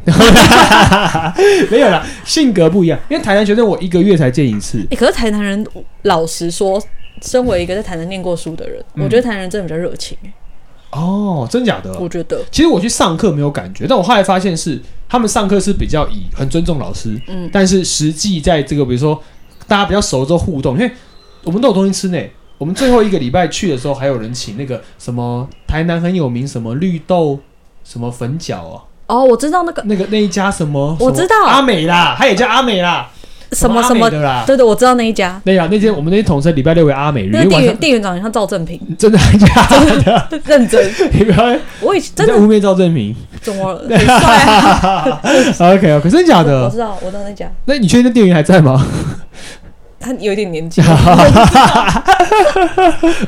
[SPEAKER 1] 没有啦，性格不一样。因为台南学生我一个月才见一次，
[SPEAKER 2] 哎，可是台南人，老实说，身为一个在台南念过书的人，
[SPEAKER 1] 嗯
[SPEAKER 2] 我觉得台南人真的比较热情，哎
[SPEAKER 1] 哦，真假的？
[SPEAKER 2] 我觉得，
[SPEAKER 1] 其实我去上课没有感觉，但我后来发现是他们上课是比较以很尊重老师，
[SPEAKER 2] 嗯，
[SPEAKER 1] 但是实际在这个比如说大家比较熟之后互动，因为我们都有东西吃呢。我们最后一个礼拜去的时候，还有人请那个什么台南很有名什么绿豆什么粉饺哦，
[SPEAKER 2] 哦，我知道那个
[SPEAKER 1] 那个那一家什么，
[SPEAKER 2] 我
[SPEAKER 1] 什么
[SPEAKER 2] 知道
[SPEAKER 1] 阿美啦，他也叫阿美啦，
[SPEAKER 2] 什么什
[SPEAKER 1] 阿
[SPEAKER 2] 么
[SPEAKER 1] 美，的啊啦。
[SPEAKER 2] 对对，我知道那一家，
[SPEAKER 1] 对呀，那天我们那天同事礼拜六为阿美日，
[SPEAKER 2] 那
[SPEAKER 1] 因
[SPEAKER 2] 个
[SPEAKER 1] 为晚
[SPEAKER 2] 店员
[SPEAKER 1] 上
[SPEAKER 2] 店员长得像赵正平，
[SPEAKER 1] 真的很假的，
[SPEAKER 2] 认 真，
[SPEAKER 1] 你不要
[SPEAKER 2] 我以
[SPEAKER 1] 你
[SPEAKER 2] 前真
[SPEAKER 1] 在
[SPEAKER 2] 的
[SPEAKER 1] 污蔑赵正明。
[SPEAKER 2] 怎 么了？很帅啊！
[SPEAKER 1] OK 哦，可是真假
[SPEAKER 2] 我
[SPEAKER 1] 的
[SPEAKER 2] 知？道，我知道那家，
[SPEAKER 1] 那你确定那店员还在吗？
[SPEAKER 2] 他有一点年纪，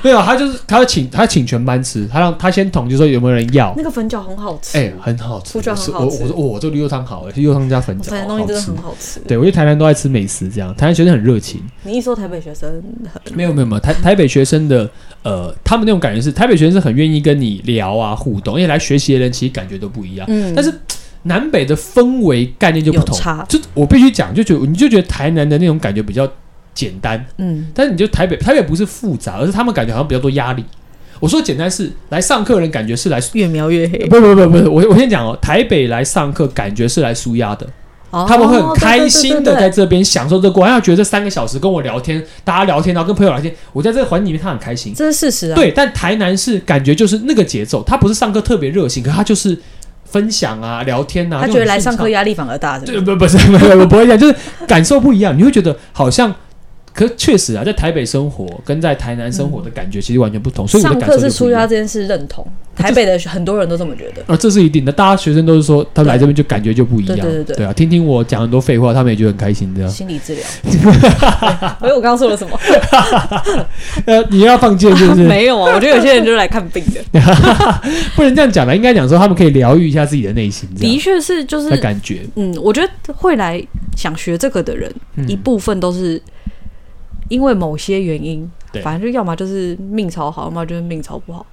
[SPEAKER 1] 没有，他就是他请他请全班吃，他让他先统计说有没有人要。
[SPEAKER 2] 那个粉饺很好吃，
[SPEAKER 1] 哎、很好吃，
[SPEAKER 2] 我觉得很好
[SPEAKER 1] 我
[SPEAKER 2] 吃
[SPEAKER 1] 我我我这个绿豆汤好哎、绿豆汤加粉
[SPEAKER 2] 我
[SPEAKER 1] 饺，
[SPEAKER 2] 发现
[SPEAKER 1] 好
[SPEAKER 2] 东西真的
[SPEAKER 1] 吃
[SPEAKER 2] 很。好吃。
[SPEAKER 1] 对，我觉得台南都爱吃美食，这样台南学生很热情。
[SPEAKER 2] 你一说台北学生，
[SPEAKER 1] 没有没有没有，台台北学生的呃，他们那种感觉是台北学生是很愿意跟你聊啊互动，因为来学习的人其实感觉都不一样。
[SPEAKER 2] 嗯
[SPEAKER 1] 但是南北的氛围概念就不
[SPEAKER 2] 有
[SPEAKER 1] 同，
[SPEAKER 2] 差，
[SPEAKER 1] 就我必须讲，就觉得你就觉得台南的那种感觉比较简单，
[SPEAKER 2] 嗯，
[SPEAKER 1] 但是你就台北台北不是复杂，而是他们感觉好像比较多压力。我说简单是来上课的人感觉是来
[SPEAKER 2] 越描越黑。
[SPEAKER 1] 不不不不，我我先讲哦，台北来上课感觉是来舒压的，
[SPEAKER 2] 哦
[SPEAKER 1] 他们会很开心的在
[SPEAKER 2] 对对对对对
[SPEAKER 1] 这边享受这个过程，他觉得这三个小时跟我聊天，大家聊天，然后跟朋友聊天，我在这个环境里面他很开心。
[SPEAKER 2] 这是事实啊。，
[SPEAKER 1] 对，但台南是感觉就是那个节奏，他不是上课特别热情，可他就是分享啊、聊天啊，那
[SPEAKER 2] 他
[SPEAKER 1] 种
[SPEAKER 2] 觉得来
[SPEAKER 1] 顺
[SPEAKER 2] 上课
[SPEAKER 1] 畅
[SPEAKER 2] 压力反而大，是不
[SPEAKER 1] 对
[SPEAKER 2] 是
[SPEAKER 1] 不不是不不我不会讲，就是感受不一样，你会觉得好像。可确实啊，在台北生活跟在台南生活的感觉其实完全不同，哦所以我的
[SPEAKER 2] 嗯上
[SPEAKER 1] 感
[SPEAKER 2] 课
[SPEAKER 1] 受就是不
[SPEAKER 2] 舒
[SPEAKER 1] 一样
[SPEAKER 2] 压这件事认同，台北的很多人都这么觉得。
[SPEAKER 1] 啊，这是一定的。大家学生都是说，他们来这边就感觉就不一样，
[SPEAKER 2] 对对对对
[SPEAKER 1] 啊，听听我讲很多废话，他们也觉得很开心这样。
[SPEAKER 2] 心理 治疗，所以我刚刚说了什么？
[SPEAKER 1] 呃，你要放箭是不是？
[SPEAKER 2] 没有啊，我觉得有些人就是来看病 的。
[SPEAKER 1] 啊不能这样讲了，应该讲说他们可以疗愈一下自己的内心，这
[SPEAKER 2] 的
[SPEAKER 1] 样
[SPEAKER 2] 确是，就是
[SPEAKER 1] 的感觉。
[SPEAKER 2] 嗯，我觉得会来想学这个的人，
[SPEAKER 1] 嗯
[SPEAKER 2] 一部分都是因为某些原因
[SPEAKER 1] 对，
[SPEAKER 2] 反正就要么就是命潮好，要么就是命潮不好，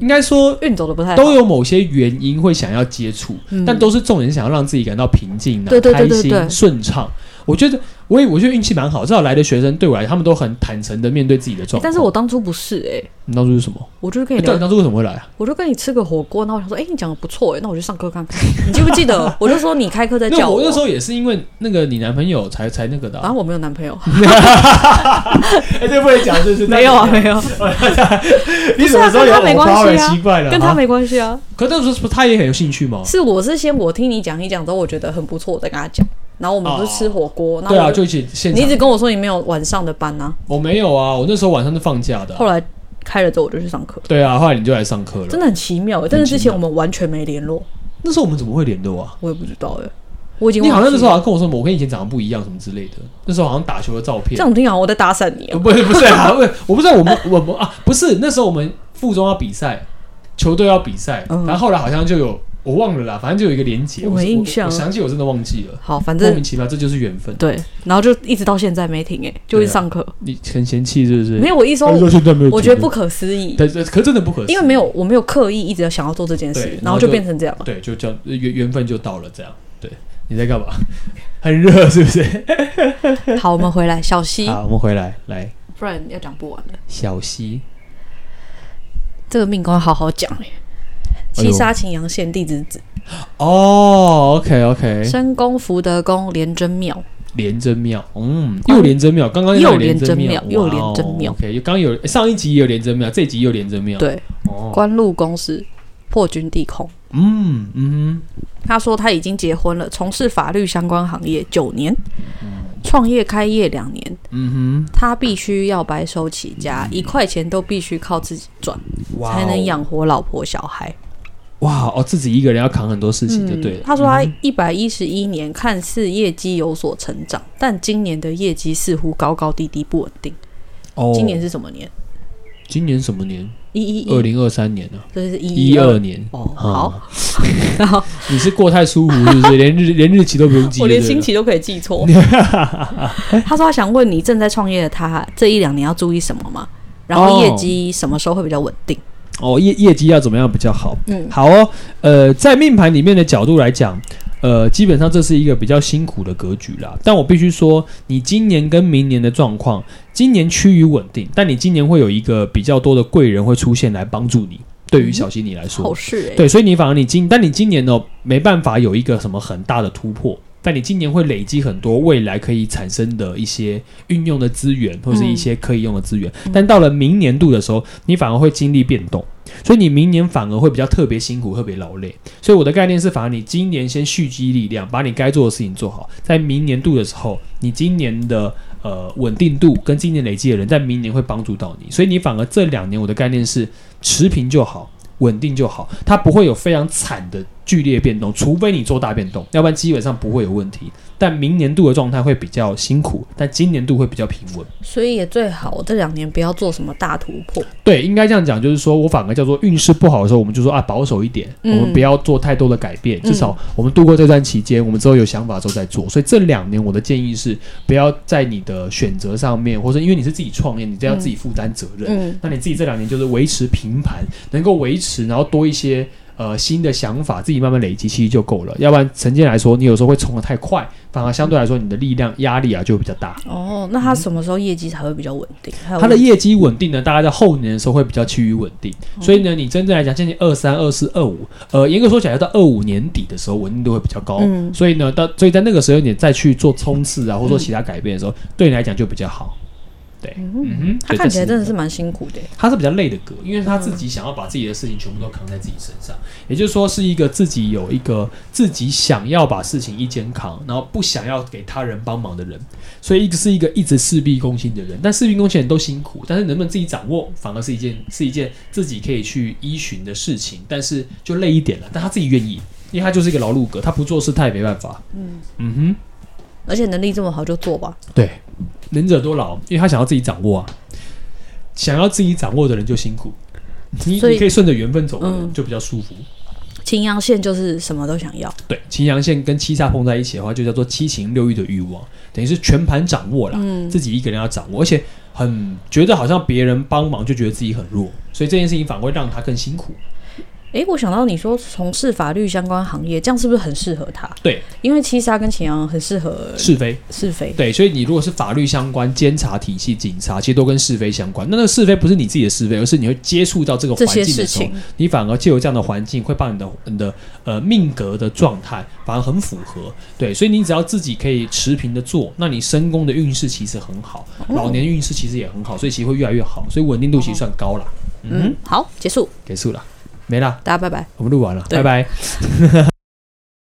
[SPEAKER 1] 应该说
[SPEAKER 2] 运走的不太好。
[SPEAKER 1] 都有某些原因会想要接触，
[SPEAKER 2] 嗯
[SPEAKER 1] 但都是重点想要让自己感到平静啊、
[SPEAKER 2] 对对对对
[SPEAKER 1] 开心、
[SPEAKER 2] 对
[SPEAKER 1] 顺畅。我觉得我也我觉得运气蛮好，至少来的学生对我来，他们都很坦诚的面对自己的状况。
[SPEAKER 2] 但是我当初不是哎、
[SPEAKER 1] 你当初是什么？
[SPEAKER 2] 我就是跟
[SPEAKER 1] 欸
[SPEAKER 2] 你
[SPEAKER 1] 对，
[SPEAKER 2] 聊
[SPEAKER 1] 你，当初为什么会来啊？
[SPEAKER 2] 我就跟你吃个火锅，然后我想说，哎、你讲的不错哎、那我去上课看看。你记不记得？我就说你开课在
[SPEAKER 1] 那
[SPEAKER 2] 叫
[SPEAKER 1] 我
[SPEAKER 2] 我哦
[SPEAKER 1] 那时，候也是因为那个你男朋友才才那个的、啊
[SPEAKER 2] 然后我没有男朋友，
[SPEAKER 1] 哎，这不能讲， 这是
[SPEAKER 2] 没有啊，没有，
[SPEAKER 1] 你
[SPEAKER 2] 什么时候有偶包了奇
[SPEAKER 1] 怪了
[SPEAKER 2] 啊跟他。没关系啊。
[SPEAKER 1] 可那时候不是他也很有兴趣吗？
[SPEAKER 2] 是我是先我听你讲一讲之后，我觉得很不错，我再跟他讲。然后我们不是吃火锅，然后
[SPEAKER 1] 对啊，
[SPEAKER 2] 我
[SPEAKER 1] 就一起现
[SPEAKER 2] 你一
[SPEAKER 1] 场。
[SPEAKER 2] 直跟我说你没有晚上的班啊，
[SPEAKER 1] 我没有啊，我那时候晚上是放假的啊、
[SPEAKER 2] 后来开了之后我就去上课，
[SPEAKER 1] 对啊，后来你就来上课了
[SPEAKER 2] 真。的很奇妙欸。但是之前我们完全没联络，
[SPEAKER 1] 那时候我们怎么会联络啊？
[SPEAKER 2] 我也不知道哎，我已经
[SPEAKER 1] 你好像那时候好
[SPEAKER 2] 忘
[SPEAKER 1] 像跟我说，我跟以前长得不一样什么之类的。那时候好像打球的照
[SPEAKER 2] 记
[SPEAKER 1] 片
[SPEAKER 2] 这。种听好像我在搭讪你哦。
[SPEAKER 1] 不是不是啊， 不是，我不知道我们我们啊，不是那时候我们附中要比赛，球队要比赛，
[SPEAKER 2] 嗯
[SPEAKER 1] 然后后来好像就有我忘了啦，反正就有一个连结，
[SPEAKER 2] 我
[SPEAKER 1] 我
[SPEAKER 2] 没
[SPEAKER 1] 是
[SPEAKER 2] 印象
[SPEAKER 1] 我我想起我真的忘记了，
[SPEAKER 2] 好，反
[SPEAKER 1] 莫名
[SPEAKER 2] 正
[SPEAKER 1] 其妙，这就是缘分。
[SPEAKER 2] 对，然后就一直到现在没停哎，就一直上课。
[SPEAKER 1] 你很嫌弃是不是？
[SPEAKER 2] 没有，我一说
[SPEAKER 1] 他就，说哎现在没有
[SPEAKER 2] 我
[SPEAKER 1] 结
[SPEAKER 2] 觉得
[SPEAKER 1] 论
[SPEAKER 2] 不可思议，
[SPEAKER 1] 对对，可真的不可思议，
[SPEAKER 2] 因为没有我没有刻意一直想要做这件
[SPEAKER 1] 对
[SPEAKER 2] 事，
[SPEAKER 1] 然后
[SPEAKER 2] 然后
[SPEAKER 1] 就呃
[SPEAKER 2] 就变成这样了。
[SPEAKER 1] 对，就这样缘缘分就到了这样。对，你在干嘛？ 很热是不是？
[SPEAKER 2] 好，我们回来，小溪，
[SPEAKER 1] 好，我们回来，来
[SPEAKER 2] 不然要讲不完了。
[SPEAKER 1] 小溪，
[SPEAKER 2] 这个命宫要好好讲哎、
[SPEAKER 1] 哎呦
[SPEAKER 2] 七杀秦阳县地之子，
[SPEAKER 1] 哦，OK OK，
[SPEAKER 2] 申公福德宫廉贞庙，
[SPEAKER 1] 廉贞庙，嗯，又廉贞庙，刚刚那个
[SPEAKER 2] 哦又廉
[SPEAKER 1] 贞
[SPEAKER 2] 贞庙又廉贞庙
[SPEAKER 1] o k 刚刚有上一集也有廉贞庙，这一集又廉贞庙，，
[SPEAKER 2] 对，
[SPEAKER 1] 哦，
[SPEAKER 2] 官禄宫是破军地空。
[SPEAKER 1] 嗯嗯
[SPEAKER 2] 他说他已经结婚了，从事法律相关行业九年，
[SPEAKER 1] 嗯
[SPEAKER 2] 创业开业两年，
[SPEAKER 1] 哼嗯
[SPEAKER 2] 他必须要白手起家，一块钱都必须靠自己赚，
[SPEAKER 1] 哼，嗯哇哦，
[SPEAKER 2] 才能养活老婆小孩。嗯
[SPEAKER 1] 哇哦，自己一个人要扛很多事情就对了，嗯
[SPEAKER 2] 他说他一百一十一年看似业绩有所成长，但今年的业绩似乎高高低低不稳定。
[SPEAKER 1] 哦，
[SPEAKER 2] 今年是什么年？
[SPEAKER 1] 今年什么年？
[SPEAKER 2] 一一
[SPEAKER 1] 二
[SPEAKER 2] 一，
[SPEAKER 1] 零二三年呢、
[SPEAKER 2] 这是一
[SPEAKER 1] 一二。年。
[SPEAKER 2] 哦，
[SPEAKER 1] 嗯
[SPEAKER 2] 好，然后
[SPEAKER 1] 你是过太舒服是不是？连日连日期都不用记，
[SPEAKER 2] 我连
[SPEAKER 1] 对
[SPEAKER 2] 星
[SPEAKER 1] 了
[SPEAKER 2] 期都可以 记错。他说他想问你，正在创业的他这一两年要注意什么吗？然后业绩什么时候会比较稳定？
[SPEAKER 1] 哦，业业绩要怎么样比较好？
[SPEAKER 2] 嗯
[SPEAKER 1] 好哦，呃，在命盘里面的角度来讲，呃，基本上这是一个比较辛苦的格局啦。但我必须说，你今年跟明年的状况，今年趋于稳定，但你今年会有一个比较多的贵人会出现来帮助你。对于小溪你来说，
[SPEAKER 2] 好事哎、
[SPEAKER 1] 对，所以你反而你今，但你今年哦没办法有一个什么很大的突破，但你今年会累积很多未来可以产生的一些运用的资源，或是一些可以用的资源。但到了明年度的时候，你反而会经历变动，所以你明年反而会比较特别辛苦，特别劳累。所以我的概念是，反而你今年先蓄积力量，把你该做的事情做好，在明年度的时候，你今年的。呃，稳定度跟今年累积的人，在明年会帮助到你，所以你反而这两年我的概念是持平就好，稳定就好，它不会有非常惨的剧烈变动，除非你做大变动，要不然基本上不会有问题。但明年度的状态会比较辛苦，但今年度会比较平稳。
[SPEAKER 2] 所以也最好这两年不要做什么大突破。
[SPEAKER 1] 对，应该这样讲，就是说我反而叫做运势不好的时候，我们就说啊保守一点，
[SPEAKER 2] 嗯
[SPEAKER 1] 我们不要做太多的改变，
[SPEAKER 2] 嗯
[SPEAKER 1] 至少我们度过这段期间，我们之后有想法之后再做。所以这两年我的建议是，不要在你的选择上面，或者因为你是自己创业，你这样自己负担责任，
[SPEAKER 2] 嗯，
[SPEAKER 1] 那你自己这两年就是维持平盘，能够维持，然后多一些呃新的想法，自己慢慢累积，其实就够了。要不然，成见来说，你有时候会冲得太快，反而相对来说你的力量压力啊就会比较大。
[SPEAKER 2] 哦，那他什么时候业绩才会比较稳定？还
[SPEAKER 1] 嗯
[SPEAKER 2] 有
[SPEAKER 1] 它的业绩稳定呢，大概在后年的时候会比较趋于稳定。
[SPEAKER 2] 嗯
[SPEAKER 1] 所以呢，你真正来讲，接近二三、二四、二五，呃，严格说起来，要到二五年底的时候，稳定度会比较高。
[SPEAKER 2] 嗯
[SPEAKER 1] 所以呢，到所以在那个时候你再去做冲刺啊，或者说其他改变的时候，对你来讲就比较好。对，嗯哼，
[SPEAKER 2] 他
[SPEAKER 1] 对
[SPEAKER 2] 看
[SPEAKER 1] 这
[SPEAKER 2] 起来
[SPEAKER 1] 一
[SPEAKER 2] 真的
[SPEAKER 1] 个
[SPEAKER 2] 是蛮辛苦的欸、
[SPEAKER 1] 他是比较累的歌，因为他自己想要把自己的事情全部都扛在自己身上，也就是说是一个自己有一个自己想要把事情一肩扛，然后不想要给他人帮忙的人，所以一个是一个一直事必躬亲的人。但事必躬亲的人都辛苦，但是能不能自己掌握，反而是一件是一件自己可以去依循的事情，但是就累一点了。但他自己愿意，因为他就是一个劳碌格，他不做事他也没办法。嗯嗯哼。
[SPEAKER 2] 而且能力这么好就做吧。
[SPEAKER 1] 对，能者多劳，因为他想要自己掌握啊，想要自己掌握的人就辛苦，你你
[SPEAKER 2] 所以
[SPEAKER 1] 可以顺着缘分走的人
[SPEAKER 2] 嗯
[SPEAKER 1] 就比较舒服。
[SPEAKER 2] 青阳县就是什么都想要，
[SPEAKER 1] 对，秦阳线跟七煞碰在一起的话，就叫做七情六欲的欲望，等于是全盘掌握啦，
[SPEAKER 2] 嗯
[SPEAKER 1] 自己一个人要掌握，而且很觉得好像别人帮忙就觉得自己很弱，所以这件事情反而会让他更辛苦。
[SPEAKER 2] 诶，我想到你说从事法律相关行业，这样是不是很适合他？
[SPEAKER 1] 对，
[SPEAKER 2] 因为七杀跟秦阳很适合
[SPEAKER 1] 是非。
[SPEAKER 2] 是非。
[SPEAKER 1] 对，所以你如果是法律相关、监察体系、警察，其实都跟是非相关。那那个是非不是你自己的是非，而是你会接触到这个环
[SPEAKER 2] 这些
[SPEAKER 1] 境的
[SPEAKER 2] 事
[SPEAKER 1] 时候
[SPEAKER 2] 情，，
[SPEAKER 1] 你反而借由这样的环境，会把你的你的呃命格的状态反而很符合。对，所以你只要自己可以持平的做，那你身宫的运势其实很好，
[SPEAKER 2] 哦
[SPEAKER 1] 老年运势其实也很好，所以其实会越来越好，所以稳定度其实算高啦。嗯
[SPEAKER 2] 嗯，好，结束，
[SPEAKER 1] 结束了，没啦，
[SPEAKER 2] 大家拜拜。
[SPEAKER 1] 我们录完了，
[SPEAKER 2] 对
[SPEAKER 1] 拜拜。